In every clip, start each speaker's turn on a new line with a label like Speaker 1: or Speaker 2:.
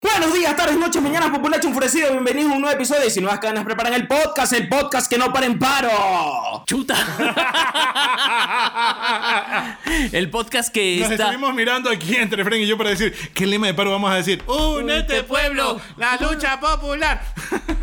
Speaker 1: Buenos días, tardes, noches, mañanas, populacho enfurecido. Bienvenidos a un nuevo episodio. Y si nuevas cadenas preparan el podcast, el podcast que no para en paro.
Speaker 2: ¡Chuta! El podcast que
Speaker 3: Nos
Speaker 2: está...
Speaker 3: estuvimos mirando aquí entre Fren y yo para decir qué lema de paro vamos a decir.
Speaker 2: este
Speaker 1: este
Speaker 3: ¡Únete, pueblo! ¡La lucha popular!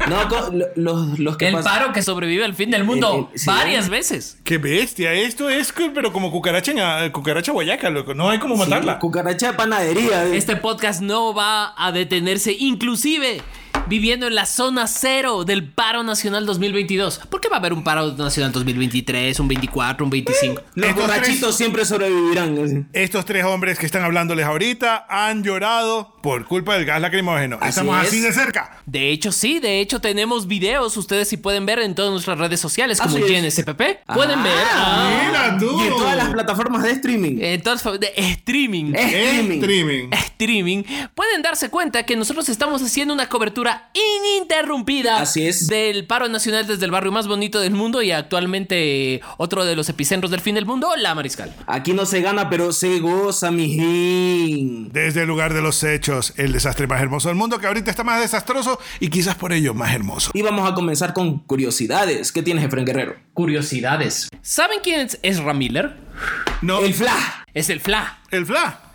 Speaker 1: No, co- lo- los, los que
Speaker 2: El
Speaker 1: pasan-
Speaker 2: paro que sobrevive al fin del mundo
Speaker 1: Eh, eh, sí,
Speaker 2: varias
Speaker 1: eh.
Speaker 2: veces.
Speaker 3: ¡Qué bestia! Esto es co- pero como cucaracha, en a- cucaracha guayaca, loco. No hay como
Speaker 1: Sí,
Speaker 3: matarla.
Speaker 1: cucaracha de panadería. eh.
Speaker 2: Este podcast no va a detenerse, inclusive viviendo en la zona cero del paro nacional 2022. ¿Por qué va a haber un paro nacional 2023, un 24, un 25?
Speaker 1: Los
Speaker 3: Estos
Speaker 1: borrachitos siempre sobrevivirán. así.
Speaker 3: Estos tres hombres que están hablándoles ahorita han llorado por culpa del gas lacrimógeno.
Speaker 2: Así
Speaker 3: Estamos
Speaker 2: es.
Speaker 3: así de cerca.
Speaker 2: De hecho, sí, de hecho tenemos videos, ustedes sí pueden ver en todas nuestras redes sociales como
Speaker 1: Así es. Ah.
Speaker 2: GNSPP. Ah, Pueden ver ah. Eh. a-
Speaker 3: Mira tú.
Speaker 1: Y en todas las plataformas de streaming.
Speaker 2: en todas fa- de streaming.
Speaker 1: Eh. Streaming.
Speaker 3: Streaming.
Speaker 2: streaming, pueden darse cuenta que nosotros estamos haciendo una cobertura ininterrumpida
Speaker 1: Así es.
Speaker 2: del paro nacional desde el barrio más bonito del mundo y actualmente otro de los epicentros del fin del mundo, la Mariscal.
Speaker 1: Aquí no se gana, pero se goza, mijín.
Speaker 3: Desde el lugar de los hechos, el desastre más hermoso del mundo, que ahorita está más desastroso y quizás por ello más hermoso.
Speaker 1: Y vamos a comenzar con curiosidades. ¿Qué tienes, Efren Guerrero?
Speaker 2: Curiosidades. ¿Saben quién es Ezra Miller?
Speaker 3: No,
Speaker 1: El
Speaker 3: el,
Speaker 1: fla.
Speaker 2: Es el Fla.
Speaker 3: fla.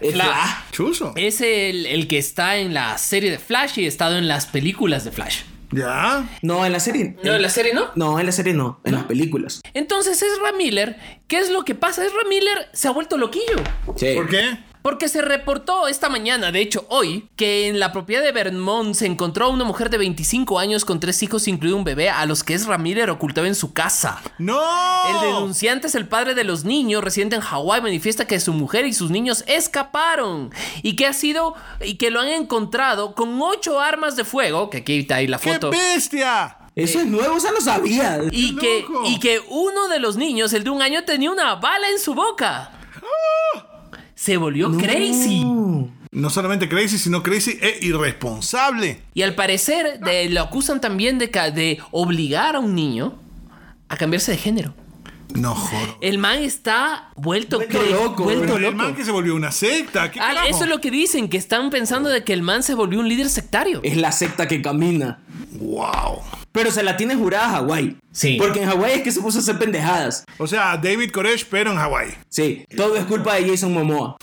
Speaker 1: El
Speaker 2: Fla.
Speaker 1: fla.
Speaker 3: Chuso.
Speaker 2: Es el, el que está en la serie de Flash y ha estado en las películas de Flash.
Speaker 3: Ya.
Speaker 1: No, en la serie.
Speaker 2: No, en la serie no.
Speaker 1: No, en la serie no. En las películas.
Speaker 2: Entonces Ezra Miller, ¿qué es lo que pasa? Ezra Miller se ha vuelto loquillo.
Speaker 1: Sí.
Speaker 3: ¿Por qué?
Speaker 2: Porque se reportó esta mañana, de hecho hoy, que en la propiedad de Vermont se encontró a una mujer de 25 años con tres hijos, incluido un bebé, a los que es Ramírez ocultaba en su casa.
Speaker 3: ¡No!
Speaker 2: El denunciante es el padre de los niños, residente en Hawái, manifiesta que su mujer y sus niños escaparon y que ha sido y que lo han encontrado con ocho armas de fuego, que aquí está ahí la
Speaker 3: ¡Qué
Speaker 2: foto.
Speaker 3: bestia!
Speaker 1: Eso es nuevo, o sea, no sabía.
Speaker 2: Y
Speaker 3: ¡Qué
Speaker 2: que,
Speaker 3: loco!
Speaker 2: y que uno de los niños, el de un año, tenía una bala en su boca. Se volvió crazy.
Speaker 3: No solamente crazy, sino crazy e irresponsable.
Speaker 2: Y al parecer de- lo acusan también de, ca- de obligar a un niño a cambiarse de género.
Speaker 3: No jodas.
Speaker 2: El man está vuelto,
Speaker 1: Vuelto
Speaker 2: cre-
Speaker 1: loco,
Speaker 2: vuelto
Speaker 1: bro.
Speaker 3: Pero
Speaker 2: loco.
Speaker 3: el man que se volvió una secta. ¿Qué
Speaker 2: Ah,
Speaker 3: carajo?
Speaker 2: eso es lo que dicen, que están pensando de que el man se volvió un líder sectario.
Speaker 1: Es la secta que camina.
Speaker 3: ¡Wow!
Speaker 1: Pero se la tiene jurada a Hawái.
Speaker 2: Sí.
Speaker 1: Porque en Hawái es que se puso a hacer pendejadas.
Speaker 3: O sea, David Koresh, pero en Hawái.
Speaker 1: Sí. Todo es culpa de Jason Momoa.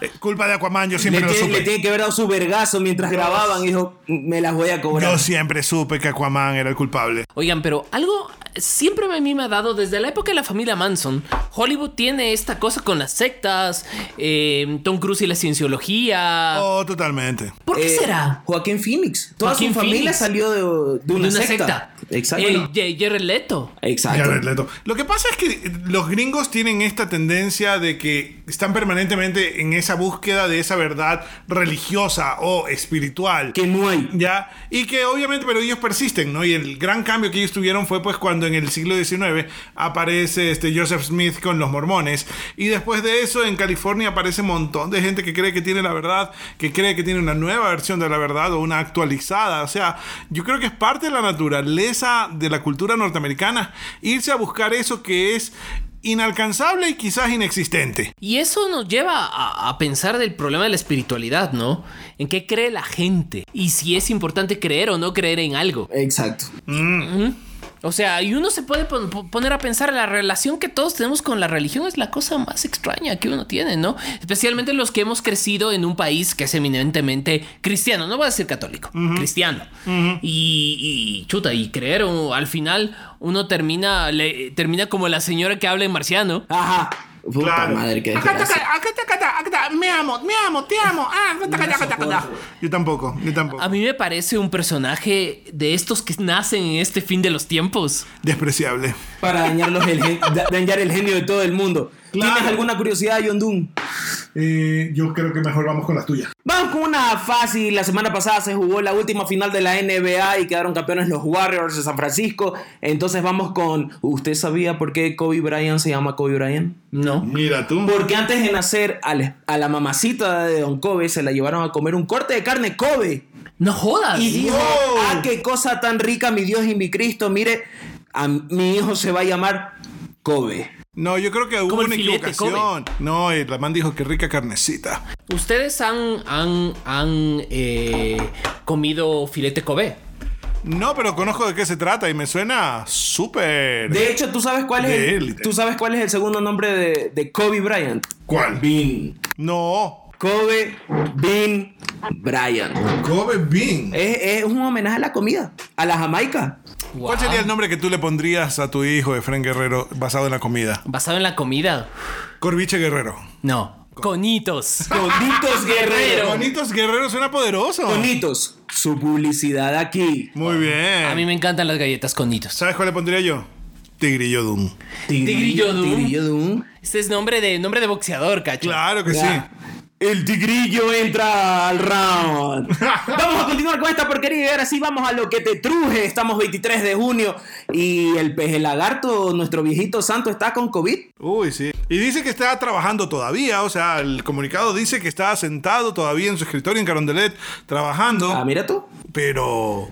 Speaker 3: Eh, culpa de Aquaman, yo
Speaker 1: Le
Speaker 3: siempre lo
Speaker 1: tiene, le
Speaker 3: supe.
Speaker 1: tiene que haber dado su vergazo mientras grababan. Dijo, me las voy a cobrar.
Speaker 3: Yo siempre supe que Aquaman era el culpable.
Speaker 2: Oigan, pero algo siempre a mí me ha dado, desde la época de la familia Manson, Hollywood tiene esta cosa con las sectas, eh, Tom Cruise y la cienciología.
Speaker 3: Oh, totalmente.
Speaker 2: ¿Por qué
Speaker 1: Eh,
Speaker 2: será?
Speaker 1: Joaquín Phoenix. Toda
Speaker 2: Joaquín
Speaker 1: su familia
Speaker 2: Phoenix.
Speaker 1: salió de, de una,
Speaker 2: De una
Speaker 1: secta.
Speaker 2: secta.
Speaker 1: Exacto.
Speaker 2: Eh, Ye- Jared Leto.
Speaker 1: Exacto.
Speaker 3: Jared Leto. Lo que pasa es que los gringos tienen esta tendencia de que están permanentemente en esa búsqueda de esa verdad religiosa o espiritual.
Speaker 1: Que no hay.
Speaker 3: Ya, y que obviamente, pero ellos persisten, ¿no? Y el gran cambio que ellos tuvieron fue pues cuando en el siglo XIX aparece este Joseph Smith con los mormones. Y después de eso en California aparece un montón de gente que cree que tiene la verdad, que cree que tiene una nueva versión de la verdad o una actualizada. O sea, yo creo que es parte de la naturaleza de la cultura norteamericana irse a buscar eso que es inalcanzable y quizás inexistente.
Speaker 2: Y eso nos lleva a, a pensar del problema de la espiritualidad, ¿no? ¿En qué cree la gente? Y si es importante creer o no creer en algo.
Speaker 1: Exacto.
Speaker 2: O sea, y uno se puede pon- pon- poner a pensar la relación que todos tenemos con la religión es la cosa más extraña que uno tiene, ¿no? Especialmente los que hemos crecido en un país que es eminentemente cristiano, no voy a decir católico, cristiano. y, y chuta, y creer o- al final uno termina, le- termina como la señora que habla en marciano.
Speaker 1: Ajá. Puta
Speaker 3: Claro.
Speaker 1: madre, qué desgracia.
Speaker 3: Me amo, me amo, te amo. Yo tampoco, yo tampoco.
Speaker 2: A mí me parece un personaje de estos que nacen en este fin de los tiempos.
Speaker 3: Despreciable.
Speaker 1: Para dañarlos el gen- da- dañar el genio de todo el mundo.
Speaker 3: Claro.
Speaker 1: ¿Tienes alguna curiosidad, John Doom?
Speaker 3: eh, yo creo que mejor vamos con las tuyas.
Speaker 1: Vamos con una fácil. La semana pasada se jugó la última final de la NBA y quedaron campeones los Warriors de San Francisco. Entonces vamos con. ¿Usted sabía por qué Kobe Bryant se llama Kobe Bryant?
Speaker 2: No.
Speaker 3: Mira tú.
Speaker 1: Porque antes de nacer al- a la mamacita de Don Kobe se la llevaron a comer un corte de carne Kobe.
Speaker 2: No jodas.
Speaker 1: Y dijo, ah, qué cosa tan rica, mi Dios y mi Cristo. Mire, a mi hijo se va a llamar Kobe.
Speaker 3: No, yo creo que hubo
Speaker 2: Como el
Speaker 3: una
Speaker 2: filete, come.
Speaker 3: equivocación. No, el man dijo que rica carnecita.
Speaker 2: Ustedes han, han, han eh, comido filete Kobe.
Speaker 3: No, pero conozco de qué se trata y me suena súper.
Speaker 1: De hecho, ¿tú sabes cuál es,
Speaker 3: De
Speaker 1: el,
Speaker 3: élite.
Speaker 1: ¿tú sabes cuál es el segundo nombre de, de Kobe Bryant?
Speaker 4: ¿Cuál?
Speaker 1: Bean.
Speaker 3: No.
Speaker 1: Kobe Bean Bryant.
Speaker 4: Kobe Bean.
Speaker 1: Es, es un homenaje a la comida, a la Jamaica.
Speaker 2: Wow.
Speaker 3: ¿Cuál sería el nombre que tú le pondrías a tu hijo, Efren Guerrero, basado en la comida?
Speaker 2: Basado en la comida.
Speaker 3: Corviche Guerrero.
Speaker 2: No. Conitos.
Speaker 1: Conitos Guerrero.
Speaker 3: Bonitos Guerrero suena
Speaker 1: Oh.
Speaker 3: poderoso.
Speaker 1: Conitos. Su publicidad aquí.
Speaker 3: Muy bien.
Speaker 2: A mí me encantan las galletas conitos.
Speaker 3: ¿Sabes cuál le pondría yo? Tigrillo Doom.
Speaker 2: Tigrillo Dum.
Speaker 1: Tigrillo Dum.
Speaker 2: Este es nombre de nombre de boxeador, cacho.
Speaker 3: Claro que
Speaker 1: Ya.
Speaker 3: sí.
Speaker 1: El tigrillo entra al round. vamos a continuar con esta porquería y ahora sí vamos a lo que te truje. Estamos 23 de junio y el peje lagarto, nuestro viejito santo, está con COVID.
Speaker 3: Uy, sí. Y dice que está trabajando todavía, o sea, el comunicado dice que está sentado todavía en su escritorio en Carondelet trabajando,
Speaker 1: Ah, mira tú.
Speaker 3: pero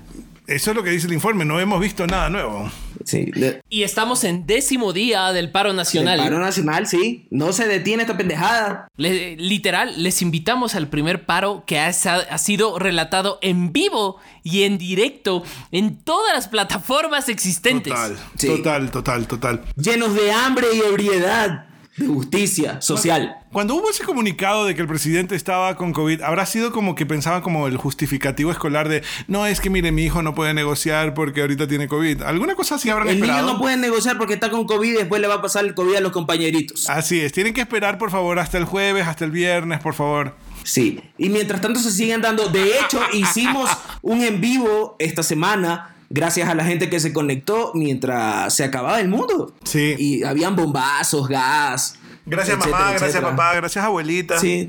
Speaker 3: eso es lo que dice el informe, no hemos visto nada nuevo.
Speaker 1: Sí, de-
Speaker 2: Y estamos en décimo día del paro nacional.
Speaker 1: del paro nacional, sí. No se detiene esta pendejada.
Speaker 2: Le- literal, les invitamos al primer paro que ha, sa- ha sido relatado en vivo y en directo en todas las plataformas existentes.
Speaker 3: Total,
Speaker 1: Sí.
Speaker 3: total, total, total.
Speaker 1: Llenos de hambre y ebriedad. De justicia social.
Speaker 3: Cuando hubo ese comunicado de que el presidente estaba con COVID, habrá sido como que pensaban como el justificativo escolar de, no, es que mire, mi hijo no puede negociar porque ahorita tiene COVID. ¿Alguna cosa así habrán
Speaker 1: El niño
Speaker 3: esperado?
Speaker 1: no puede negociar porque está con COVID y después le va a pasar el COVID a los compañeritos.
Speaker 3: Así es, tienen que esperar por favor hasta el jueves, hasta el viernes, por favor.
Speaker 1: Sí, y mientras tanto se siguen dando. De hecho, hicimos un en vivo esta semana. Gracias a la gente que se conectó mientras se acababa el mundo.
Speaker 3: Sí.
Speaker 1: Y habían bombazos, gas.
Speaker 3: Gracias
Speaker 1: etcétera,
Speaker 3: mamá, gracias
Speaker 1: etcétera.
Speaker 3: papá, gracias abuelita.
Speaker 1: Sí.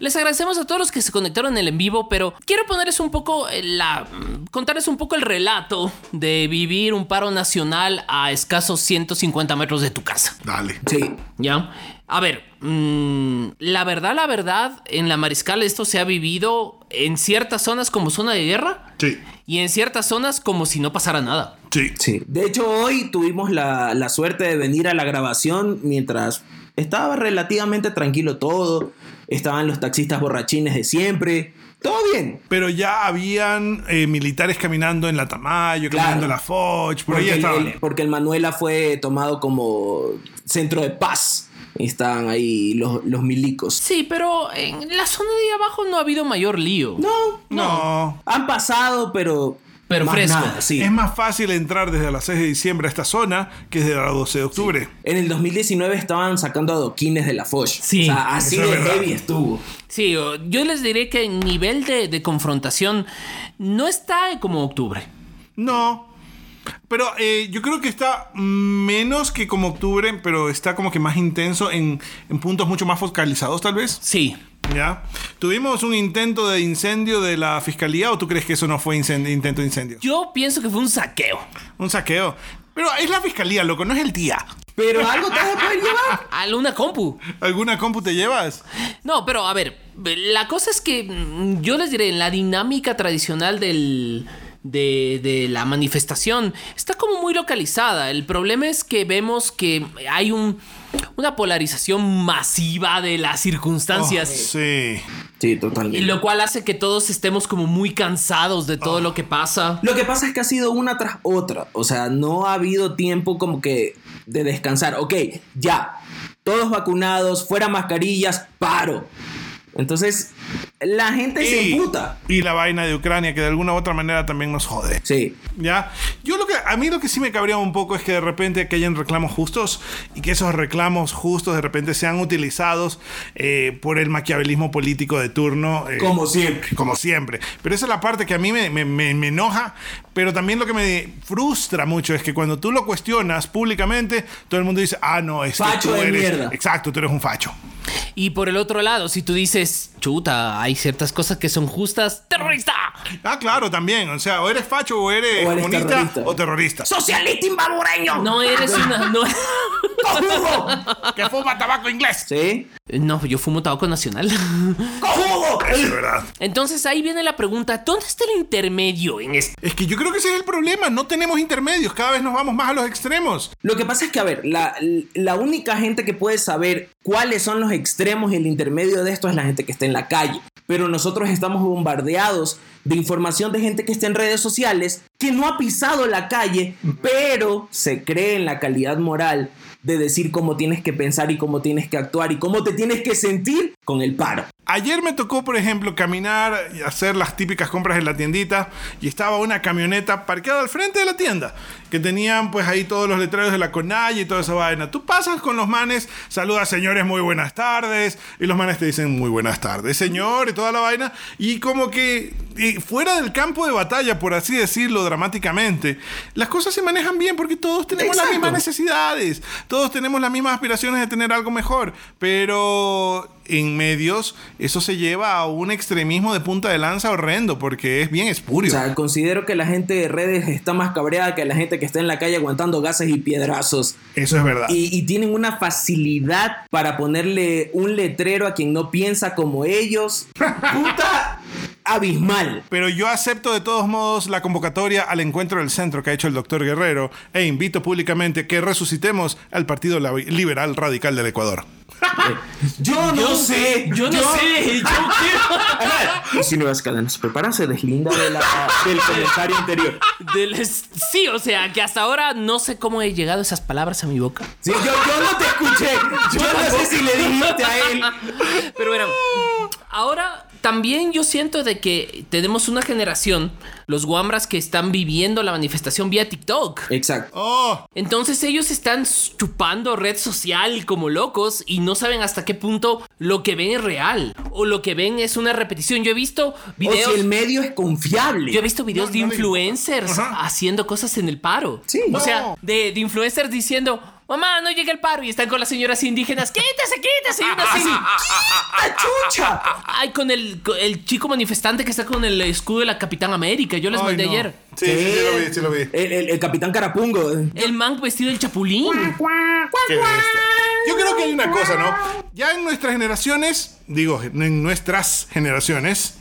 Speaker 2: Les agradecemos a todos los que se conectaron en el en vivo, pero quiero ponerles un poco eh, la. mm, contarles un poco el relato de vivir un paro nacional a escasos 150 metros de tu casa.
Speaker 3: Dale.
Speaker 1: Sí.
Speaker 2: ¿Ya? A ver, mm, la verdad, la verdad, en la Mariscal esto se ha vivido en ciertas zonas como zona de guerra
Speaker 3: Sí,
Speaker 2: y en ciertas zonas como si no pasara nada.
Speaker 3: sí.
Speaker 1: Sí. De hecho, hoy tuvimos la, la suerte de venir a la grabación mientras estaba relativamente tranquilo todo. Estaban los taxistas borrachines de siempre. Todo bien.
Speaker 3: Pero ya habían eh, militares caminando en la Tamayo,
Speaker 1: Claro.
Speaker 3: caminando en la Foch, por ahí
Speaker 1: Porque el,
Speaker 3: estaban.
Speaker 1: el- porque el Manuela fue tomado como centro de paz. Y Estaban ahí los, los milicos.
Speaker 2: Sí, pero en la zona de abajo no ha habido mayor lío.
Speaker 1: No,
Speaker 3: No.
Speaker 1: han pasado, pero.
Speaker 2: Pero
Speaker 1: más
Speaker 2: fresco.
Speaker 1: nada, sí.
Speaker 3: Es más fácil entrar desde las 6 de diciembre a esta zona que desde la 12 de octubre.
Speaker 1: En el 2019 estaban sacando adoquines de la Foch.
Speaker 2: Sí,
Speaker 1: O sea, así
Speaker 3: eso
Speaker 1: de
Speaker 3: es verdad.
Speaker 1: heavy estuvo.
Speaker 2: Sí, o- yo les diré que el nivel de, de confrontación no está como octubre.
Speaker 3: No. Pero eh, yo creo que está menos que como octubre, pero está como que más intenso en, en puntos mucho más focalizados, tal vez.
Speaker 2: Sí.
Speaker 3: ¿Ya? Tuvimos un intento de incendio de la fiscalía, o tú crees que eso no fue incendio- intento de incendio?
Speaker 2: Yo pienso que fue un saqueo.
Speaker 3: Un saqueo. Pero es la fiscalía, loco, no es el día.
Speaker 1: Pero algo te vas a poder llevar.
Speaker 2: Alguna compu.
Speaker 3: ¿Alguna compu te llevas?
Speaker 2: No, pero a ver, la cosa es que mm, yo les diré, en la dinámica tradicional del, de, de la manifestación está como muy localizada. El problema es que vemos que hay un, una polarización masiva de las circunstancias.
Speaker 3: Sí.
Speaker 1: Sí,
Speaker 2: Y
Speaker 1: totalmente. Lo...
Speaker 2: lo cual hace que todos estemos como muy cansados de todo lo que pasa.
Speaker 1: que pasa es que ha sido una tras otra. O sea, no ha habido tiempo como que de descansar. Ok, ya. Todos vacunados, fuera mascarillas, paro. Entonces, la gente se imputa.
Speaker 3: y la vaina de Ucrania, que de alguna u otra manera también nos jode.
Speaker 1: Sí.
Speaker 3: ¿Ya? Yo lo que, a mí lo que sí me cabría un poco es que de repente que hayan reclamos justos y que esos reclamos justos de repente sean utilizados eh, por el maquiavelismo político de turno. eh,
Speaker 1: Como siempre.
Speaker 3: Como siempre. Pero esa es la parte que a mí me, me- me- me enoja, pero también lo que me frustra mucho es que cuando tú lo cuestionas públicamente, todo el mundo dice, ah, no, es que
Speaker 1: Facho
Speaker 3: tú
Speaker 1: de
Speaker 3: eres-
Speaker 1: mierda.
Speaker 3: Exacto, tú eres un facho.
Speaker 2: Y por el otro lado, si tú dices, chuta, hay ciertas cosas que son justas, terrorista.
Speaker 3: Ah, claro, también. O sea, o eres facho o eres,
Speaker 1: O eres
Speaker 3: comunista
Speaker 1: terrorista.
Speaker 3: o terrorista.
Speaker 1: ¡Socialista imbabureño!
Speaker 2: No eres una... No,
Speaker 1: ¡Cojudo!
Speaker 3: que fuma tabaco inglés.
Speaker 1: ¿Sí?
Speaker 2: no yo fumo tabaco nacional.
Speaker 1: ¡Cojudo!
Speaker 3: Es verdad.
Speaker 2: Entonces ahí viene la pregunta, ¿dónde está el intermedio en esto?
Speaker 3: Es que yo creo que ese es el problema. No tenemos intermedios. Cada vez nos vamos más a los extremos.
Speaker 1: Lo que pasa es que, a ver, la, la única gente que puede saber cuáles son los extremos y el intermedio de esto es la gente que está en la calle. Pero nosotros estamos bombardeados de información de gente que está en redes sociales, que no ha pisado la calle, pero se cree en la calidad moral de decir cómo tienes que pensar y cómo tienes que actuar y cómo te tienes que sentir con el paro.
Speaker 3: Ayer me tocó, por ejemplo, caminar y hacer las típicas compras en la tiendita y estaba una camioneta parqueada al frente de la tienda que tenían pues ahí todos los letreros de la Conalla y toda esa vaina. Tú pasas con los manes, saludas señores, muy buenas tardes y los manes te dicen muy buenas tardes, señor y toda la vaina y como que eh, fuera del campo de batalla, por así decirlo dramáticamente, las cosas se manejan bien porque todos tenemos las
Speaker 1: Exacto.
Speaker 3: mismas necesidades, todos tenemos las mismas aspiraciones de tener algo mejor, pero en medios eso se lleva a un extremismo de punta de lanza horrendo porque es bien espurio.
Speaker 1: O sea, considero que la gente de redes está más cabreada que la gente que está en la calle aguantando gases y piedrazos.
Speaker 3: Eso es verdad.
Speaker 1: Y, y tienen una facilidad para ponerle un letrero a quien no piensa como ellos. Puta abismal.
Speaker 3: Pero yo acepto de todos modos la convocatoria al encuentro del centro que ha hecho el doctor Guerrero e invito públicamente que resucitemos al Partido Lab- Liberal Radical del Ecuador.
Speaker 1: Yo no sé.
Speaker 2: Yo no sé, yo
Speaker 1: Y si nuevas cadenas se preparan, se deslinda de la- del comentario anterior.
Speaker 2: Del es- sí, o sea, que hasta ahora no sé cómo he llegado esas palabras a mi boca.
Speaker 1: Sí, yo, yo no te escuché. Yo no sé si le dijiste a él.
Speaker 2: Pero bueno, ahora también yo siento de que tenemos una generación, los guambras que están viviendo la manifestación vía TikTok.
Speaker 1: Exacto.
Speaker 3: ¡Oh!
Speaker 2: Entonces ellos están chupando red social como locos y no saben hasta qué punto lo que ven es real o lo que ven es una repetición. Yo he visto videos,
Speaker 1: O si el medio es confiable.
Speaker 2: yo he visto videos
Speaker 3: No,
Speaker 2: de
Speaker 3: no le-
Speaker 2: influencers
Speaker 3: Ajá.
Speaker 2: haciendo cosas en el paro.
Speaker 1: Sí.
Speaker 2: O sea, de, de influencers diciendo, mamá, no llega el paro y están con las señoras indígenas, quítese, quítese. Y una así,
Speaker 1: ¡Ah, chucha!
Speaker 2: ay, con el, con el chico manifestante que está con el escudo de la Capitán América. Yo les
Speaker 3: Ay,
Speaker 2: mandé
Speaker 3: no.
Speaker 2: ayer.
Speaker 3: Sí, sí, sí, lo vi, sí lo vi.
Speaker 1: El, el- el capitán Carapungo.
Speaker 2: El man vestido del chapulín.
Speaker 3: Qué bestia. Yo creo que hay una cosa, ¿no? Ya en nuestras generaciones, digo, en nuestras generaciones,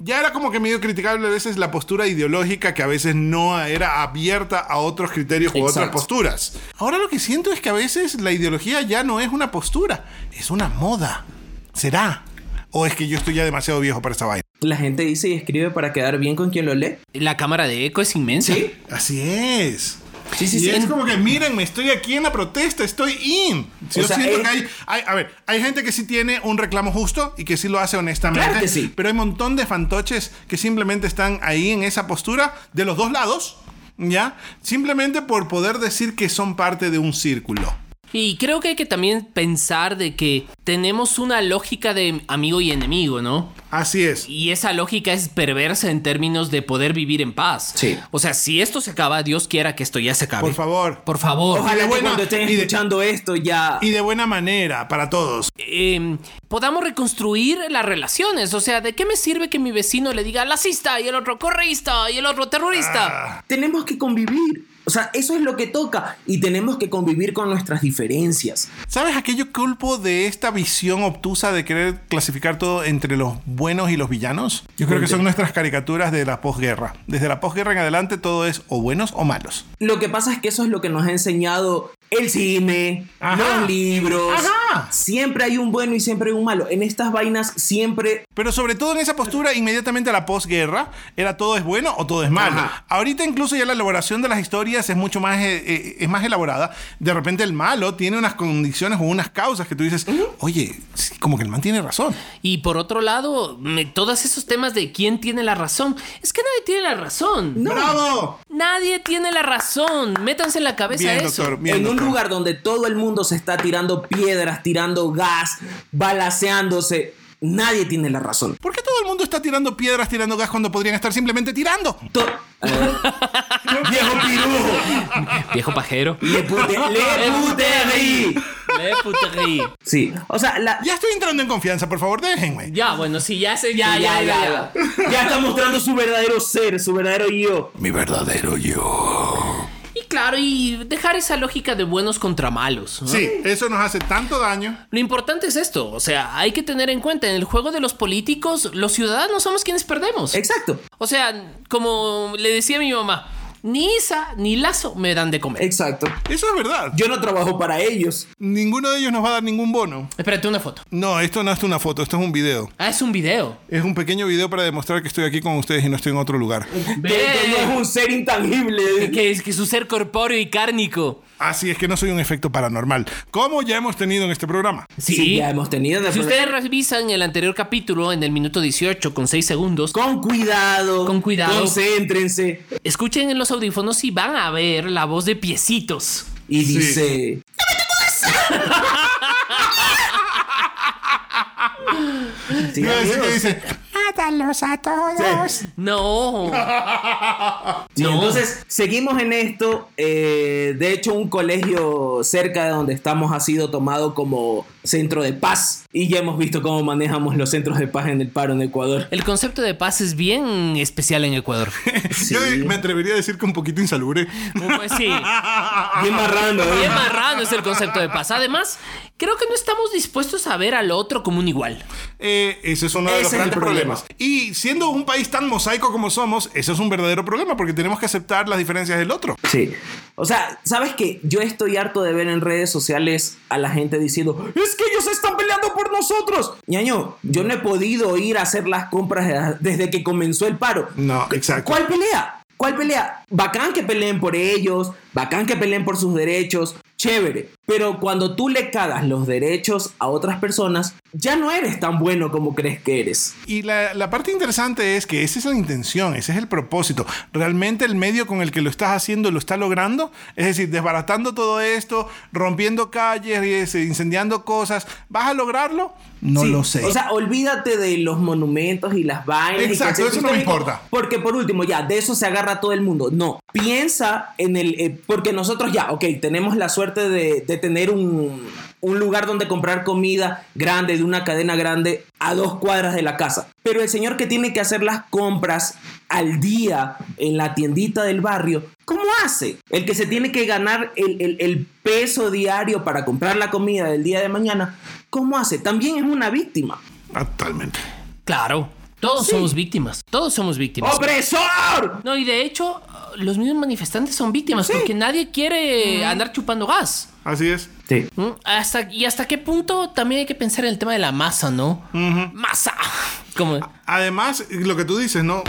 Speaker 3: ya era como que medio criticable a veces la postura ideológica que a veces no era abierta a otros criterios u otras
Speaker 1: Exacto.
Speaker 3: posturas. Ahora lo que siento es que a veces la ideología ya no es una postura, es una moda. ¿Será? ¿O es que yo estoy ya demasiado viejo para esta vaina?
Speaker 1: La gente dice y escribe para quedar bien con quien lo lee.
Speaker 2: La cámara de eco es inmensa.
Speaker 1: Sí.
Speaker 3: Así es.
Speaker 1: Sí, sí,
Speaker 3: y
Speaker 1: sí.
Speaker 3: es como que, miren, me estoy aquí en la protesta, estoy in. Si
Speaker 1: O
Speaker 3: yo
Speaker 1: sea,
Speaker 3: siento
Speaker 1: es-
Speaker 3: que hay, hay- a ver, hay gente que sí tiene un reclamo justo y que sí lo hace honestamente.
Speaker 1: Claro que sí.
Speaker 3: Pero hay un montón de fantoches que simplemente están ahí en esa postura de los dos lados, ¿ya? Simplemente por poder decir que son parte de un círculo.
Speaker 2: Y creo que hay que también pensar de que tenemos una lógica de amigo y enemigo, ¿no?
Speaker 3: Así es.
Speaker 2: Y esa lógica es perversa en términos de poder vivir en paz.
Speaker 1: Sí.
Speaker 2: O sea, si esto se acaba, Dios quiera que esto ya se acabe.
Speaker 3: Por favor.
Speaker 2: Por favor.
Speaker 1: Ojalá que
Speaker 3: buena-
Speaker 1: cuando estén
Speaker 3: y de-
Speaker 1: escuchando esto ya.
Speaker 3: Y de buena manera para todos.
Speaker 2: eh, podamos reconstruir las relaciones. O sea, ¿de qué me sirve que mi vecino le diga lacista y el otro correísta y el otro terrorista?
Speaker 1: Tenemos que convivir. O sea, eso es lo que toca. Y tenemos que convivir con nuestras diferencias.
Speaker 3: ¿Sabes aquello que culpo de esta visión obtusa de querer clasificar todo entre los buenos y los villanos? Yo creo que son nuestras caricaturas de la posguerra. Desde la posguerra en adelante todo es o buenos o malos.
Speaker 1: Lo que pasa es que eso es lo que nos ha enseñado el cine,
Speaker 3: Ajá.
Speaker 1: los libros.
Speaker 3: Ajá.
Speaker 1: Siempre hay un bueno y siempre hay un malo. En estas vainas siempre.
Speaker 3: Pero sobre todo en esa postura, inmediatamente a la posguerra, era todo es bueno o todo es malo.
Speaker 1: Ajá.
Speaker 3: Ahorita incluso ya la elaboración de las historias es mucho más, eh, eh, es más elaborada. De repente el malo tiene unas condiciones o unas causas que tú dices, oye, sí, como que el man tiene razón.
Speaker 2: Y por otro lado, me- todos esos temas de quién tiene la razón. Es que nadie tiene la razón.
Speaker 3: ¡Bravo!
Speaker 2: Nadie tiene la razón. Métanse en la cabeza
Speaker 3: Bien,
Speaker 2: eso.
Speaker 3: doctor. Bien,
Speaker 1: en un
Speaker 3: doctor.
Speaker 1: lugar donde todo el mundo se está tirando piedras, tirando gas, balaceándose, nadie tiene la razón.
Speaker 3: ¿Por qué todo el mundo está tirando piedras, tirando gas cuando podrían estar simplemente tirando?
Speaker 1: To- Eh,
Speaker 2: Viejo pajero.
Speaker 1: le pute, le pute ahí.
Speaker 2: Me puterí.
Speaker 1: Sí. O sea, la,
Speaker 3: Ya estoy entrando en confianza, por favor, déjenme.
Speaker 2: Ya, bueno, sí, ya se. Ya,
Speaker 1: ya,
Speaker 2: ya, ya. ya.
Speaker 1: ya. Ya está mostrando su verdadero ser, su verdadero yo.
Speaker 4: Mi verdadero yo.
Speaker 2: Y claro, y dejar esa lógica de buenos contra malos. ¿no?
Speaker 3: Sí, eso nos hace tanto daño.
Speaker 2: Lo importante es esto, o sea, hay que tener en cuenta, en el juego de los políticos, los ciudadanos somos quienes perdemos.
Speaker 1: Exacto,
Speaker 2: O sea, como le decía mi mamá, ni Isa ni Lazo me dan de comer.
Speaker 1: exacto.
Speaker 3: Eso es verdad.
Speaker 1: Yo no trabajo para ellos.
Speaker 3: Ninguno de ellos nos va a dar ningún bono.
Speaker 2: Espérate una foto.
Speaker 3: No, esto no es una foto, esto es un video.
Speaker 2: Ah, es un video.
Speaker 3: Es un pequeño video para demostrar que estoy aquí con ustedes y no estoy en otro lugar.
Speaker 1: Que, que no es un ser intangible.
Speaker 2: Que es que su ser corpóreo y cárnico.
Speaker 3: Así es que no soy un efecto paranormal, como ya hemos tenido en este programa.
Speaker 2: Sí.
Speaker 1: ya hemos tenido. en el
Speaker 2: si
Speaker 1: programa.
Speaker 2: ustedes revisan el anterior capítulo, en el minuto 18, con 6 segundos,
Speaker 1: Con cuidado.
Speaker 2: Con cuidado.
Speaker 1: Concéntrense.
Speaker 2: escuchen en los audífonos y van a ver la voz de piecitos.
Speaker 1: Y
Speaker 3: Sí.
Speaker 1: dice. Sí,
Speaker 3: No, así
Speaker 1: amigos.
Speaker 3: que dice,
Speaker 2: No.
Speaker 1: Sí,
Speaker 2: No.
Speaker 1: Entonces, seguimos en esto. eh, de hecho, un colegio cerca de donde estamos ha sido tomado como centro de paz. Y ya hemos visto cómo manejamos los centros de paz en el paro en Ecuador.
Speaker 2: El concepto de paz es bien especial en Ecuador.
Speaker 1: Sí.
Speaker 3: yo me atrevería a decir que un poquito insalubre.
Speaker 2: Pues sí.
Speaker 3: Ah.
Speaker 1: Bien marrando, ¿eh?
Speaker 2: Bien marrano es el concepto de paz. Además, creo que no estamos dispuestos a ver al otro como un igual.
Speaker 3: Eh, ese es uno de
Speaker 1: Ese
Speaker 3: los
Speaker 1: es el
Speaker 3: grandes problemas. Y siendo un país tan mosaico como somos, eso es un verdadero problema porque tenemos que aceptar las diferencias del otro.
Speaker 1: Sí. O sea, ¿sabes qué? Yo estoy harto de ver en redes sociales a la gente diciendo, es que ellos están peleando por nosotros. Ñaño, yo no he podido ir a hacer las compras de- desde que comenzó el paro.
Speaker 3: No, exacto.
Speaker 1: ¿Cuál pelea? ¿Cuál pelea? Bacán que peleen por ellos, bacán que peleen por sus derechos, chévere. Pero cuando tú le cagas los derechos a otras personas, ya no eres tan bueno como crees que eres.
Speaker 3: Y la, la parte interesante es que esa es la intención, ese es el propósito. ¿Realmente el medio con el que lo estás haciendo lo está logrando? Es decir, desbaratando todo esto, rompiendo calles, y, este, incendiando cosas. ¿Vas a lograrlo? No
Speaker 1: Sí,
Speaker 3: lo sé.
Speaker 1: O sea, olvídate de los monumentos y las vainas. y que
Speaker 3: Exacto,
Speaker 1: el
Speaker 3: eso
Speaker 1: centro
Speaker 3: no me
Speaker 1: histórico-
Speaker 3: importa.
Speaker 1: Porque por último, ya, de eso se agarra todo el mundo. No, piensa en el... eh, porque nosotros ya, ok, tenemos la suerte de, de tener un, un lugar donde comprar comida grande, de una cadena grande, a dos cuadras de la casa. Pero el señor que tiene que hacer las compras al día en la tiendita del barrio, ¿cómo hace? El que se tiene que ganar el, el- el peso diario para comprar la comida del día de mañana, ¿cómo hace? También es una víctima.
Speaker 3: Totalmente.
Speaker 2: Claro. Todos somos víctimas. Todos somos víctimas.
Speaker 1: ¡Opresor!
Speaker 2: No, y de hecho, los mismos manifestantes son víctimas porque nadie quiere andar chupando gas.
Speaker 3: Así es.
Speaker 1: Sí.
Speaker 2: ¿Mm? Hasta, y hasta qué punto también hay que pensar en el tema de la masa, ¿no? Masa. Como,
Speaker 3: Además, lo que tú dices, ¿no?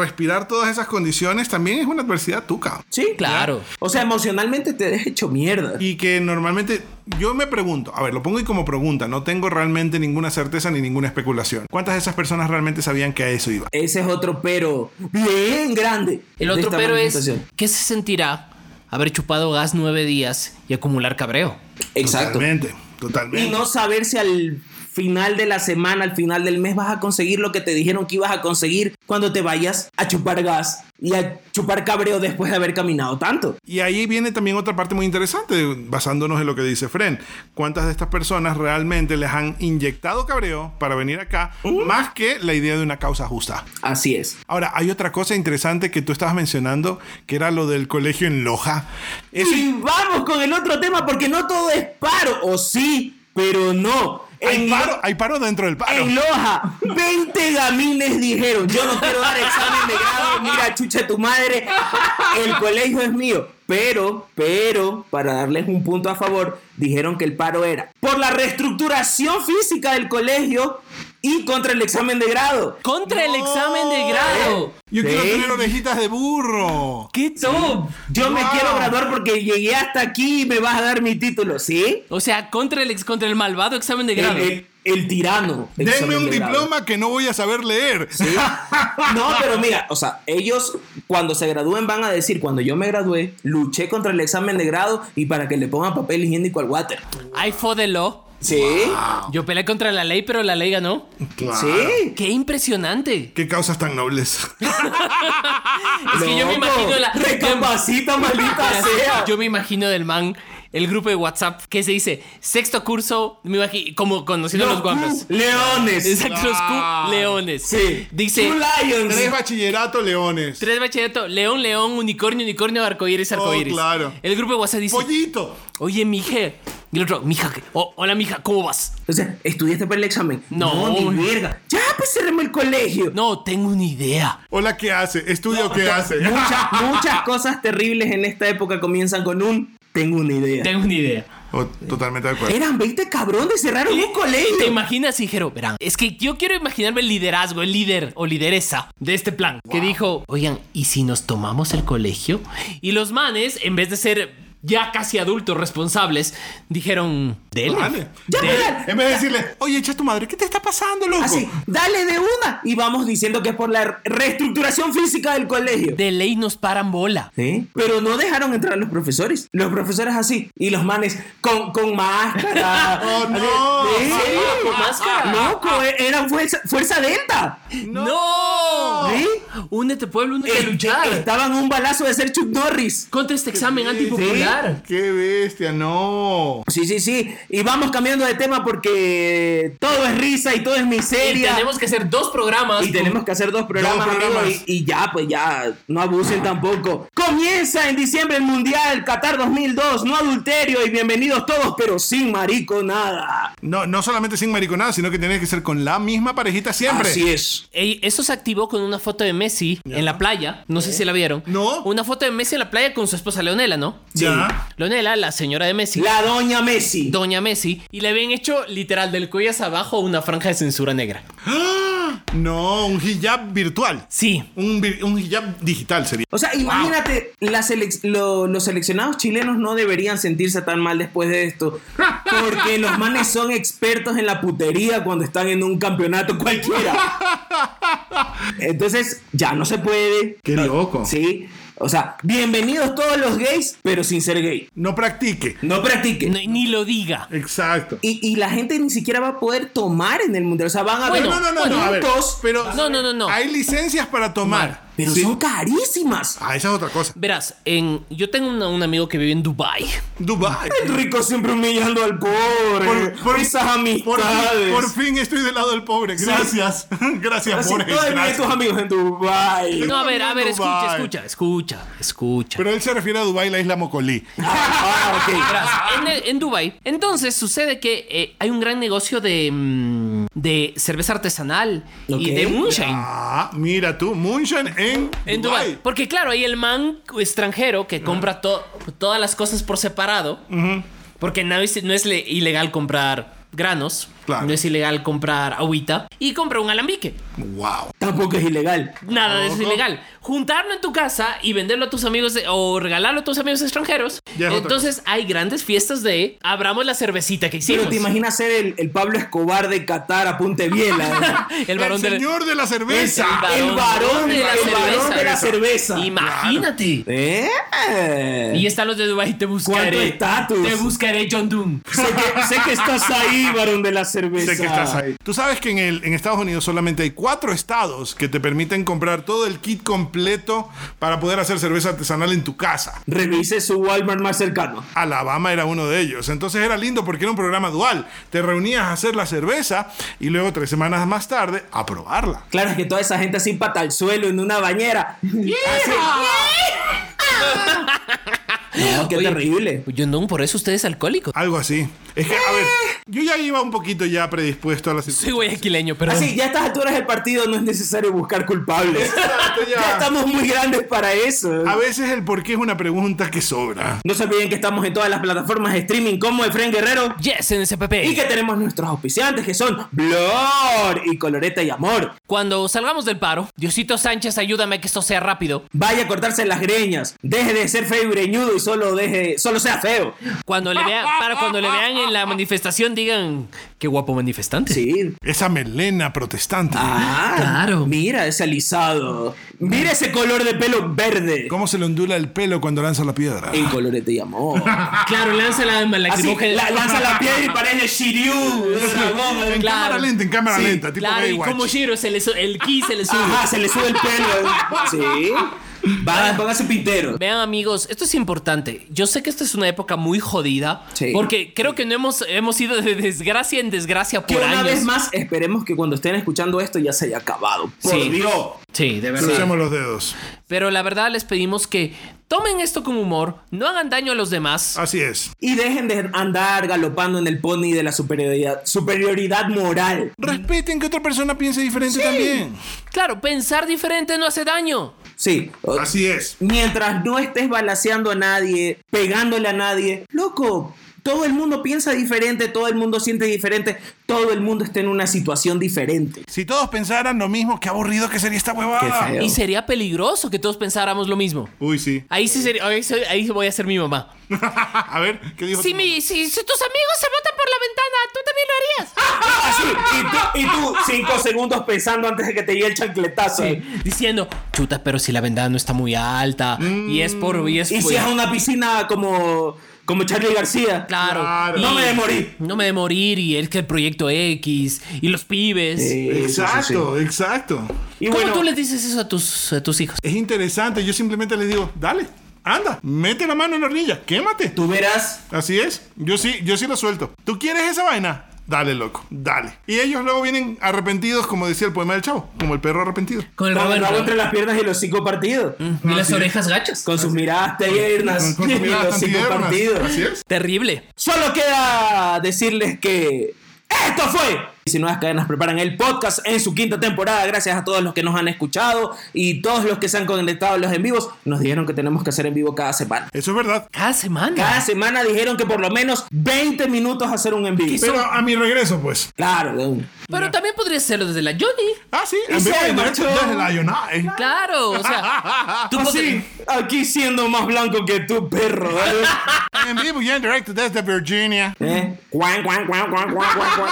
Speaker 3: Respirar todas esas condiciones también es una adversidad tuca.
Speaker 1: Sí,
Speaker 2: Claro.
Speaker 1: O sea, emocionalmente te has hecho mierda.
Speaker 3: Y que normalmente, yo me pregunto, a ver, lo pongo ahí como pregunta, no tengo realmente ninguna certeza ni ninguna especulación. ¿Cuántas de esas personas realmente sabían que a eso iba?
Speaker 1: Ese es otro pero bien grande.
Speaker 2: el
Speaker 1: de
Speaker 2: otro
Speaker 1: esta
Speaker 2: pero es,
Speaker 1: manifestación.
Speaker 2: ¿qué se sentirá haber chupado gas nueve días y acumular cabreo?
Speaker 1: Exacto.
Speaker 3: Totalmente, totalmente.
Speaker 1: Y no saber si al final de la semana, al final del mes, vas a conseguir lo que te dijeron que ibas a conseguir cuando te vayas a chupar gas y a chupar cabreo después de haber caminado tanto.
Speaker 3: Y ahí viene también otra parte muy interesante, basándonos en lo que dice Fren. ¿Cuántas de estas personas realmente les han inyectado cabreo para venir acá,
Speaker 1: Uh.
Speaker 3: más que la idea de una causa justa?
Speaker 1: Así es.
Speaker 3: Ahora, hay otra cosa interesante que tú estabas mencionando, que era lo del colegio en Loja. Eso-
Speaker 1: Y vamos con el otro tema porque no todo es paro, o sí, pero no.
Speaker 3: hay,
Speaker 1: En-
Speaker 3: paro, hay paro dentro del paro.
Speaker 1: En Loja, 20 gamines dijeron, yo no quiero dar examen de grado, mira, chucha tu madre, el colegio es mío. Pero, pero, para darles un punto a favor, dijeron que el paro era por la reestructuración física del colegio y contra el examen de grado.
Speaker 2: Contra el examen de grado.
Speaker 3: Yo
Speaker 1: Sí.
Speaker 3: quiero tener orejitas de burro.
Speaker 2: ¡Qué top!
Speaker 1: Yo me
Speaker 3: Wow.
Speaker 1: quiero graduar porque llegué hasta aquí y me vas a dar mi título, ¿sí?
Speaker 2: O sea, contra el, ex- contra el malvado examen de
Speaker 1: El,
Speaker 2: grado.
Speaker 1: el- el tirano.
Speaker 3: Denme
Speaker 1: examen
Speaker 3: un
Speaker 1: de grado.
Speaker 3: diploma que no voy a saber leer.
Speaker 1: ¿Sí? No, pero mira, o sea, ellos cuando se gradúen van a decir, cuando yo me gradué, luché contra el examen de grado y para que le pongan papel higiénico al water.
Speaker 2: Ay, fódelo.
Speaker 1: Sí,
Speaker 2: Yo peleé contra la ley, pero la ley ganó.
Speaker 1: sí.
Speaker 2: ¡Qué impresionante!
Speaker 3: Qué causas tan nobles.
Speaker 2: Es que yo me
Speaker 1: Loco,
Speaker 2: imagino la.
Speaker 1: Recapacita, maldita
Speaker 2: Verás,
Speaker 1: sea.
Speaker 2: Yo me imagino del man el grupo de WhatsApp que se dice sexto curso, me imagino, como conociendo los, guapos.
Speaker 1: leones.
Speaker 2: Exacto, los
Speaker 3: Ah.
Speaker 2: Q leones.
Speaker 1: Sí.
Speaker 2: Dice
Speaker 1: Two Lions.
Speaker 3: Tres bachillerato leones.
Speaker 2: tres bachillerato, león, león, unicornio, unicornio, arcoíris, arcoíris.
Speaker 3: claro.
Speaker 2: El grupo de WhatsApp dice,
Speaker 3: Pollito.
Speaker 2: oye, mija. Y el otro, mija, ¿qué? Oh, hola, mija, ¿cómo vas?
Speaker 1: O sea, estudiaste para el examen.
Speaker 2: No.
Speaker 1: ni verga. Ya, pues cerremos el colegio.
Speaker 2: No, tengo una idea.
Speaker 3: Hola, ¿qué hace? Estudio, ¿qué hace?
Speaker 1: Muchas, muchas cosas terribles en esta época comienzan con un tengo una idea.
Speaker 2: Tengo una idea.
Speaker 3: Oh, totalmente de acuerdo.
Speaker 1: Eran 20 cabrones, cerraron un
Speaker 2: ¿Te
Speaker 1: colegio.
Speaker 2: imaginas, Ingero? Verán, es que yo quiero imaginarme el liderazgo, el líder o lideresa de este plan. Que dijo, oigan, ¿y si nos tomamos el colegio? Y los manes, en vez de ser ya casi adultos responsables, dijeron, dele.
Speaker 3: Vale.
Speaker 1: Ya,
Speaker 2: Dele.
Speaker 1: verán.
Speaker 3: En vez de decirle, oye, echa tu madre, ¿qué te está pasando, loco?
Speaker 1: Así, dale de una y vamos diciendo que es por la reestructuración física del colegio.
Speaker 2: De ley nos paran bola.
Speaker 1: ¿Sí? Pero no dejaron entrar a los profesores. Los profesores así. Y los manes con, con máscara.
Speaker 3: Oh, no.
Speaker 1: Sí.
Speaker 2: Ah, con máscara. Ah.
Speaker 1: Loco, e- eran fuerza, fuerza delta.
Speaker 2: ¡No!
Speaker 1: ¿Sí?
Speaker 2: Únete, pueblo, únete a
Speaker 1: Eh,
Speaker 2: luchar.
Speaker 1: Estaban un balazo de ser Chuck Norris.
Speaker 2: Contra este examen antipopular.
Speaker 3: Qué bestia, no.
Speaker 1: Sí, sí, sí. Y vamos cambiando de tema porque todo es risa y todo es
Speaker 2: Y
Speaker 1: miseria.
Speaker 2: tenemos que hacer dos programas.
Speaker 1: Y tenemos que hacer dos programas,
Speaker 3: Dos programas.
Speaker 1: amigos, y, y ya, pues ya, no abusen tampoco. Comienza en diciembre el Mundial Qatar 2002, no adulterio y bienvenidos todos, pero sin marico nada.
Speaker 3: No, no solamente sin mariconada, sino que tenés que ser con la misma parejita siempre.
Speaker 1: Así es.
Speaker 2: Ey, eso se activó con una foto de Messi en la playa. No sé si la vieron.
Speaker 3: No.
Speaker 2: Una foto de Messi en la playa con su esposa Leonela, ¿no?
Speaker 3: Ya.
Speaker 2: Leonela, la señora de Messi.
Speaker 1: La doña Messi.
Speaker 2: Doña Messi. Y le habían hecho literal del cuello hacia abajo una franja de censura negra.
Speaker 3: ¡Ah! No, un hijab virtual.
Speaker 2: Sí.
Speaker 3: Un, vi- un hijab digital sería.
Speaker 1: O sea, imagínate, la selec- lo- los seleccionados chilenos no deberían sentirse tan mal después de esto. Porque los manes son expertos en la putería cuando están en un campeonato cualquiera. Entonces, ya no se puede.
Speaker 3: Qué loco.
Speaker 1: Sí. O sea, bienvenidos todos los gays, pero sin ser gay.
Speaker 3: No practique.
Speaker 1: No practiquen.
Speaker 2: Ni, ni lo diga.
Speaker 3: Exacto.
Speaker 1: Y, y la gente ni siquiera va a poder tomar en el mundial. O sea, van a
Speaker 2: Bueno,
Speaker 1: ver
Speaker 3: no, no, no, no. a ver,
Speaker 1: juntos,
Speaker 3: pero
Speaker 2: No, no, no, no.
Speaker 3: Hay licencias para tomar.
Speaker 1: pero
Speaker 3: Sí.
Speaker 1: son carísimas.
Speaker 3: Ah, esa es otra cosa.
Speaker 2: Verás, en, yo tengo una- un amigo que vive en Dubai.
Speaker 3: Dubai.
Speaker 1: El rico siempre humillando al pobre.
Speaker 3: Por- por-
Speaker 1: Esas
Speaker 3: Por,
Speaker 1: amistades.
Speaker 3: fin- por fin estoy del lado del pobre. Gracias. Gracias,
Speaker 1: Así,
Speaker 3: Borges.
Speaker 1: todavía
Speaker 3: gracias.
Speaker 1: tus amigos en Dubai.
Speaker 2: No, a ver, a ver, escucha,
Speaker 3: Dubai.
Speaker 2: escucha, escucha, escucha.
Speaker 3: Pero él se refiere a Dubai, la isla Mocolí.
Speaker 1: Ah, ok.
Speaker 2: Verás, en, el- en Dubai. Entonces sucede que eh, hay un gran negocio de, mm, de cerveza artesanal y
Speaker 1: Ok.
Speaker 2: de moonshine.
Speaker 3: Ah, mira tú, Moonshine en,
Speaker 2: En Dubai.
Speaker 3: Dubai.
Speaker 2: Porque claro, hay el man extranjero que compra to- todas las cosas por separado. Porque no es, no es le- ilegal comprar granos.
Speaker 3: Claro.
Speaker 2: No es ilegal comprar agüita. Y compra un alambique.
Speaker 3: Wow.
Speaker 1: Tampoco es ilegal.
Speaker 2: Nada de eso es ilegal. Juntarlo en tu casa y venderlo a tus amigos de- o regalarlo a tus amigos extranjeros.
Speaker 3: Ya es otra
Speaker 2: Entonces hay grandes fiestas de abramos la cervecita que hicimos.
Speaker 1: Pero te imaginas ser el, el Pablo Escobar de Qatar a Punte Biela. ¿eh?
Speaker 2: El
Speaker 3: El,
Speaker 2: varón del-
Speaker 3: señor de la cerveza.
Speaker 1: el varón de la,
Speaker 2: El varón
Speaker 1: cerveza.
Speaker 2: de la
Speaker 1: cerveza.
Speaker 2: Imagínate.
Speaker 1: ¿Eh?
Speaker 2: Y están los de Dubai, te
Speaker 1: ¿Cuánto
Speaker 2: buscaré.
Speaker 1: estatus?
Speaker 2: Te buscaré, John Doom.
Speaker 1: Sé que, sé que estás ahí, varón de la cerveza.
Speaker 3: Sé que estás ahí. Tú sabes que en, el, en Estados Unidos solamente hay cuatro estados que te permiten comprar todo el kit completo para poder hacer cerveza artesanal en tu casa.
Speaker 1: Revise su Walmart más cercano.
Speaker 3: Alabama era uno de ellos. Entonces era lindo porque era un programa dual. Te reunías a hacer la cerveza y luego tres semanas más tarde a probarla.
Speaker 1: Claro, es que toda esa gente así pata al suelo en una bañera. Así. No, qué
Speaker 2: Oye,
Speaker 1: terrible.
Speaker 2: John Doom, por eso usted es alcohólico.
Speaker 3: Algo así. Es que, a ver, yo ya iba un poquito ya predispuesto a la
Speaker 2: Soy
Speaker 3: situación.
Speaker 2: guayaquileño, pero.
Speaker 1: Así, Ah, ya a estas alturas del partido no es necesario buscar culpables.
Speaker 3: Exacto, ya. Ah.
Speaker 1: Ya estamos muy grandes para eso.
Speaker 3: A veces el por qué es una pregunta que sobra.
Speaker 1: No se olviden que estamos en todas las plataformas de streaming como Efren Guerrero.
Speaker 2: Yes, en SPP.
Speaker 1: Y que tenemos nuestros auspiciantes que son Blor y Coloreta y Amor.
Speaker 2: Cuando salgamos del paro, Diosito Sánchez, ayúdame a que esto sea rápido.
Speaker 1: Vaya a cortarse las greñas. Deje de ser feo y greñudo y solo deje, solo sea feo.
Speaker 2: Cuando le vean, para cuando le vean en la manifestación, digan qué guapo manifestante.
Speaker 1: Sí.
Speaker 3: Esa melena protestante.
Speaker 1: Ah,
Speaker 2: Claro.
Speaker 1: Mira ese alisado. Mira ese color de pelo verde.
Speaker 3: ¿Cómo se le ondula el pelo cuando lanza la piedra?
Speaker 1: En Coloreta y Amor.
Speaker 2: Claro, lanza la
Speaker 1: Así,
Speaker 2: lacrimógena.
Speaker 1: la- lanza la piedra y parece Shiryu. el dragón,
Speaker 3: En
Speaker 1: el-
Speaker 3: cámara lenta, en cámara
Speaker 1: Sí,
Speaker 3: lenta, tipo
Speaker 2: Claro, y
Speaker 3: Baywatch.
Speaker 2: como Shiro, se le su- el ki se le sube.
Speaker 1: Ajá, se le sube el pelo. Sí. Van, van a ser pinteros.
Speaker 2: Vean amigos, esto es importante. Yo sé que esta es una época muy jodida,
Speaker 1: Sí.
Speaker 2: porque creo que no hemos, hemos ido de desgracia en desgracia
Speaker 1: Que
Speaker 2: por
Speaker 1: una
Speaker 2: años.
Speaker 1: vez más, esperemos que cuando estén escuchando esto ya se haya acabado. Por
Speaker 2: Sí.
Speaker 1: Dios.
Speaker 2: Sí, de verdad.
Speaker 3: Crucemos los dedos.
Speaker 2: Pero la verdad les pedimos que tomen esto con humor, no hagan daño a los demás.
Speaker 1: Ah.
Speaker 3: Así es.
Speaker 1: Y dejen de andar galopando en el pony de la superioridad, superioridad moral.
Speaker 3: Respeten que otra persona piense diferente también.
Speaker 2: Claro, pensar diferente no hace daño.
Speaker 1: Sí. o-
Speaker 3: Así es.
Speaker 1: Mientras no estés balaseando a nadie, pegándole a nadie, loco, todo el mundo piensa diferente, todo el mundo siente diferente, todo el mundo está en una situación diferente.
Speaker 3: Si todos pensaran lo mismo, qué aburrido que sería esta
Speaker 1: Qué
Speaker 3: huevada.
Speaker 1: feo.
Speaker 2: Y sería peligroso que todos pensáramos lo mismo.
Speaker 3: Uy, sí.
Speaker 2: Ahí sí sería, ahí, sí- ahí voy a ser mi mamá.
Speaker 3: A ver, ¿qué dijo?
Speaker 2: Si,
Speaker 3: tu
Speaker 2: mi- si, si tus amigos se botan por la ventana, tú también lo harías.
Speaker 1: Ah. Así, y tú, y tú cinco segundos pensando antes de que te llegue el chancletazo.
Speaker 2: Eh, Diciendo, chuta, pero si la ventana no está muy alta y es por... Y es
Speaker 1: Mm, Y
Speaker 2: por-
Speaker 1: si es una piscina como, como Charlie García.
Speaker 2: Claro.
Speaker 3: Claro.
Speaker 1: No
Speaker 2: Y-
Speaker 1: me de morir.
Speaker 2: No me de morir y el que el proyecto X y los pibes.
Speaker 1: Sí, sí, sí, sí.
Speaker 3: Exacto, exacto.
Speaker 1: Y
Speaker 2: ¿Cómo
Speaker 1: bueno,
Speaker 2: tú les dices eso a tus, a tus hijos?
Speaker 3: Es interesante. Yo simplemente les digo, dale, anda, mete la mano en la hornilla, quémate.
Speaker 1: tú verás.
Speaker 3: Así es. Yo sí, yo sí lo suelto. ¿Tú quieres esa vaina? Dale, loco, dale. Y ellos luego vienen arrepentidos, como decía el poema del chavo, como el perro arrepentido.
Speaker 2: Con el Mm.
Speaker 1: Con
Speaker 2: rabo
Speaker 1: el
Speaker 2: en-
Speaker 1: rabo entre las piernas y los cinco partidos.
Speaker 2: y las orejas gachas.
Speaker 1: Con sus miradas tiernas
Speaker 3: Con
Speaker 1: y
Speaker 3: sus miradas
Speaker 1: los
Speaker 3: tan
Speaker 1: cinco
Speaker 3: tiernas.
Speaker 1: partidos.
Speaker 3: Así es.
Speaker 2: Terrible.
Speaker 1: Solo queda decirles que esto fue. Si nuevas cadenas preparan el podcast en su quinta temporada, gracias a todos los que nos han escuchado y todos los que se han conectado a los en vivos, nos dijeron que tenemos que hacer en vivo cada semana.
Speaker 3: Eso es verdad.
Speaker 2: Cada semana.
Speaker 1: Cada semana dijeron que por lo menos 20 minutos hacer un en vivo.
Speaker 3: Pero a mi regreso, pues.
Speaker 1: Claro, de un.
Speaker 2: Pero también podría hacerlo desde la Johnny.
Speaker 3: Ah, sí.
Speaker 1: Y
Speaker 3: en vivo
Speaker 1: se
Speaker 3: y en
Speaker 1: marchó.
Speaker 3: directo desde la Yonai.
Speaker 2: Claro, o sea, tú pod-
Speaker 1: Así, aquí siendo más blanco que tú, perro. ¿eh?
Speaker 3: En vivo y en directo desde Virginia.
Speaker 1: ¿Eh? Guan, guan, guan, guan, guan, guan, guan.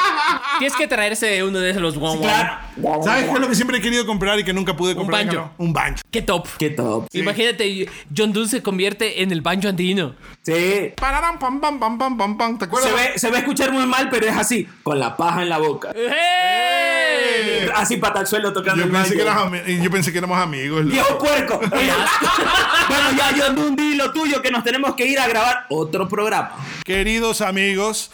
Speaker 2: tienes que traerse uno de los guau guau.
Speaker 1: Claro.
Speaker 3: ¿Sabes qué es lo que siempre he querido comprar y que nunca pude comprar?
Speaker 2: banjo.
Speaker 3: Déjalo. Un banjo.
Speaker 2: Qué top.
Speaker 1: Qué top.
Speaker 2: Imagínate, John Doe se convierte en el banjo andino.
Speaker 1: Sí.
Speaker 3: Pararam, pam, pam, pam, pam, pam, pam. ¿Te acuerdas?
Speaker 1: Se ve, se ve escuchar muy mal, pero es así, con la paja en la boca.
Speaker 2: ¡Eh!
Speaker 1: Así pata al suelo tocando
Speaker 3: Yo
Speaker 1: el
Speaker 3: pensé, que
Speaker 1: banjo.
Speaker 3: eras ami- yo pensé que éramos amigos. loco.
Speaker 1: ¡Viejo puerco! bueno, ya yo no hundí lo tuyo que nos tenemos que ir a grabar otro programa.
Speaker 3: Queridos amigos,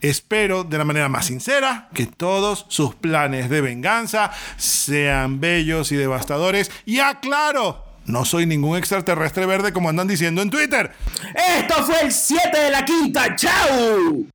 Speaker 3: espero de la manera más sincera que todos sus planes de venganza sean bellos y devastadores. Y aclaro, no soy ningún extraterrestre verde como andan diciendo en Twitter.
Speaker 1: Esto fue el 7 de la quinta. ¡Chao!